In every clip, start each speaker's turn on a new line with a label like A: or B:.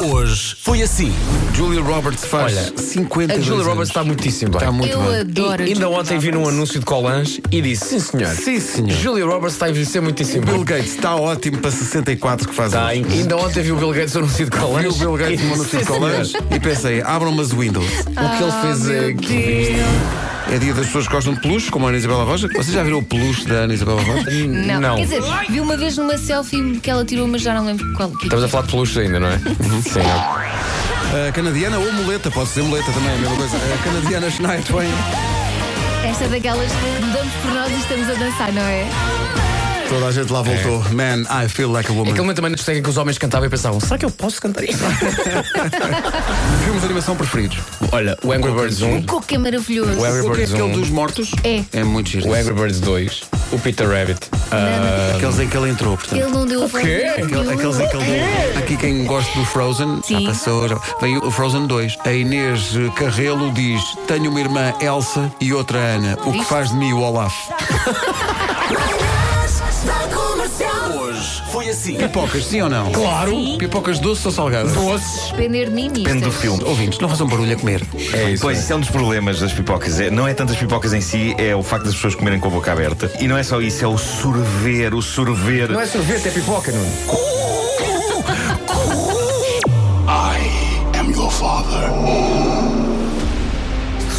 A: hoje foi assim.
B: Julia Roberts faz
C: Olha,
B: 50
C: A Julia Roberts está muitíssimo bem.
B: Está Tá muito
D: Eu
B: bem.
D: adoro.
C: E- ainda
D: Julia
C: ontem vi num
D: Roberts.
C: anúncio de Colange e disse: Sim,
D: eh,
C: senhor.
B: Sim, senhor.
C: Julia Roberts está a envelhecer muitíssimo
B: Bill
C: bem.
B: Gates está ótimo para 64 que faz
C: Está,
B: hoje.
C: ainda ontem vi o Bill Gates no anúncio de
B: Vi
C: Colange.
B: o Bill Gates
C: e
B: numa
C: disse,
B: notícia de
C: "Sim, senhor."
B: Colange e pensei, abram umas Windows.
D: Ah,
C: O que ele fez é que.
B: É dia das pessoas que gostam de peluche, como a Ana Isabela Roja. Você já viu o peluche da Ana Isabela Roja?
D: Não.
C: Não.
D: Quer dizer, vi uma vez numa selfie que ela tirou, mas já não lembro qual que
C: Estamos a falar de peluches ainda, não é? Sim.
B: A canadiana ou muleta, pode ser muleta também, é a mesma coisa. A canadiana Schneider Twain.
D: Esta é daquelas que mudamos por nós e estamos a dançar, não é?
B: Toda a gente lá voltou. Man, I feel like a woman.
C: Aquele momento também na discoteca que os homens cantavam e pensavam: será que eu posso cantar isto?
B: Filmes de animação preferidos.
C: Olha, o Angry Birds 1,
D: O Coco é maravilhoso.
C: O Angry
B: O que é
C: Birds
B: aquele
C: 1,
B: dos mortos?
D: É.
B: É muito giro.
C: o Angry Birds 2, o Peter Rabbit. ah,
B: Aqueles em que ele entrou, portanto.
D: Ele não deu a voz.
C: quê?
B: Aquele- Aqueles em que ele deu. Aqui quem gosta do Frozen
D: É. Sim.
B: já passou. já- Veio o Frozen 2. A Inês Carrelo diz: Tenho uma irmã Elsa e outra Ana, o que
D: Viste?
B: faz de mim o Olaf.
A: Hoje foi assim.
B: Pipocas, sim ou não?
C: Claro.
B: Pipocas doces ou salgadas?
C: Doces.
D: Depender de mim
A: Depende do filme.
B: Ouvintes, não façam barulho a comer.
C: É isso.
E: Pois, isso é um dos problemas das pipocas. É, não é tantas pipocas em si, é o facto das pessoas comerem com a boca aberta. E não é só isso, é o sorver, o sorver.
C: Não é sorvete, é pipoca, não.
F: I am your father.
C: é-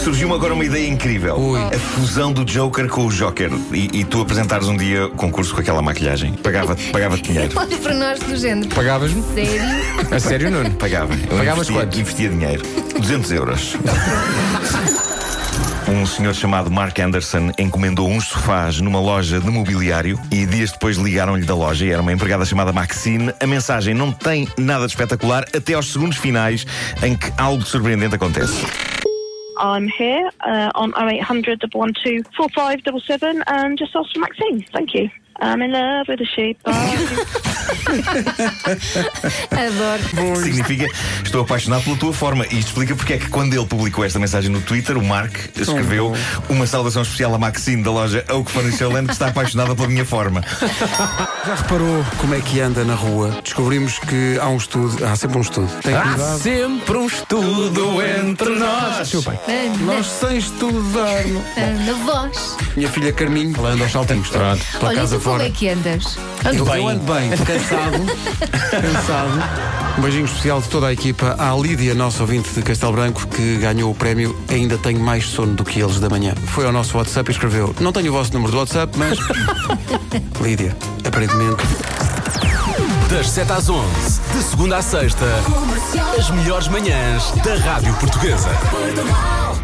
E: Surgiu agora uma ideia incrível. A fusão do Joker com o Joker. E, e tu apresentares um dia concurso com aquela maquilhagem. Pagava- Pagava-te dinheiro.
D: Olha para nós do género.
C: Pagavas-me?
D: Sério?
C: A sério, Nuno?
E: Pagava. Eu
C: Pagavas
E: investia,
C: quanto?
E: investia dinheiro. 200 euros. Um senhor chamado Mark Anderson encomendou uns sofás numa loja de mobiliário e dias depois ligaram-lhe da loja e era uma empregada chamada Maxine. A mensagem não tem nada de espetacular até aos segundos finais em que algo surpreendente acontece.
G: I'm here uh, on 0800 112 4577 and just ask for Maxine. Thank you. I'm in love with a sheep.
D: Adoro.
E: Que significa estou apaixonado pela tua forma. E isto explica porque é que quando ele publicou esta mensagem no Twitter, o Mark escreveu uma saudação especial a Maxine da loja Oak Furniture Land que está apaixonada pela minha forma.
B: Já reparou como é que anda na rua? Descobrimos que há um estudo, há sempre um estudo. Tem
C: Há
B: cuidado.
C: sempre um estudo entre nós. Chupem.
D: Na,
B: Nós sem estudar.
D: na voz.
B: Minha filha Carminho, ela anda aos saltinhos. tá?
C: Pronto.
B: Pela
D: Olha,
B: casa
D: tu como
B: fora.
D: é que andas?
B: Eu,
C: bem.
B: eu ando bem, cansado, cansado. Um beijinho especial de toda a equipa à Lídia, nosso ouvinte de Castelo Branco, que ganhou o prémio Ainda Tenho Mais Sono do que Eles da Manhã. Foi ao nosso WhatsApp e escreveu: Não tenho o vosso número do WhatsApp, mas. Lídia, aparentemente.
A: Das 7 às 11, de segunda à sexta, as melhores manhãs da Rádio Portuguesa.
H: Portugal.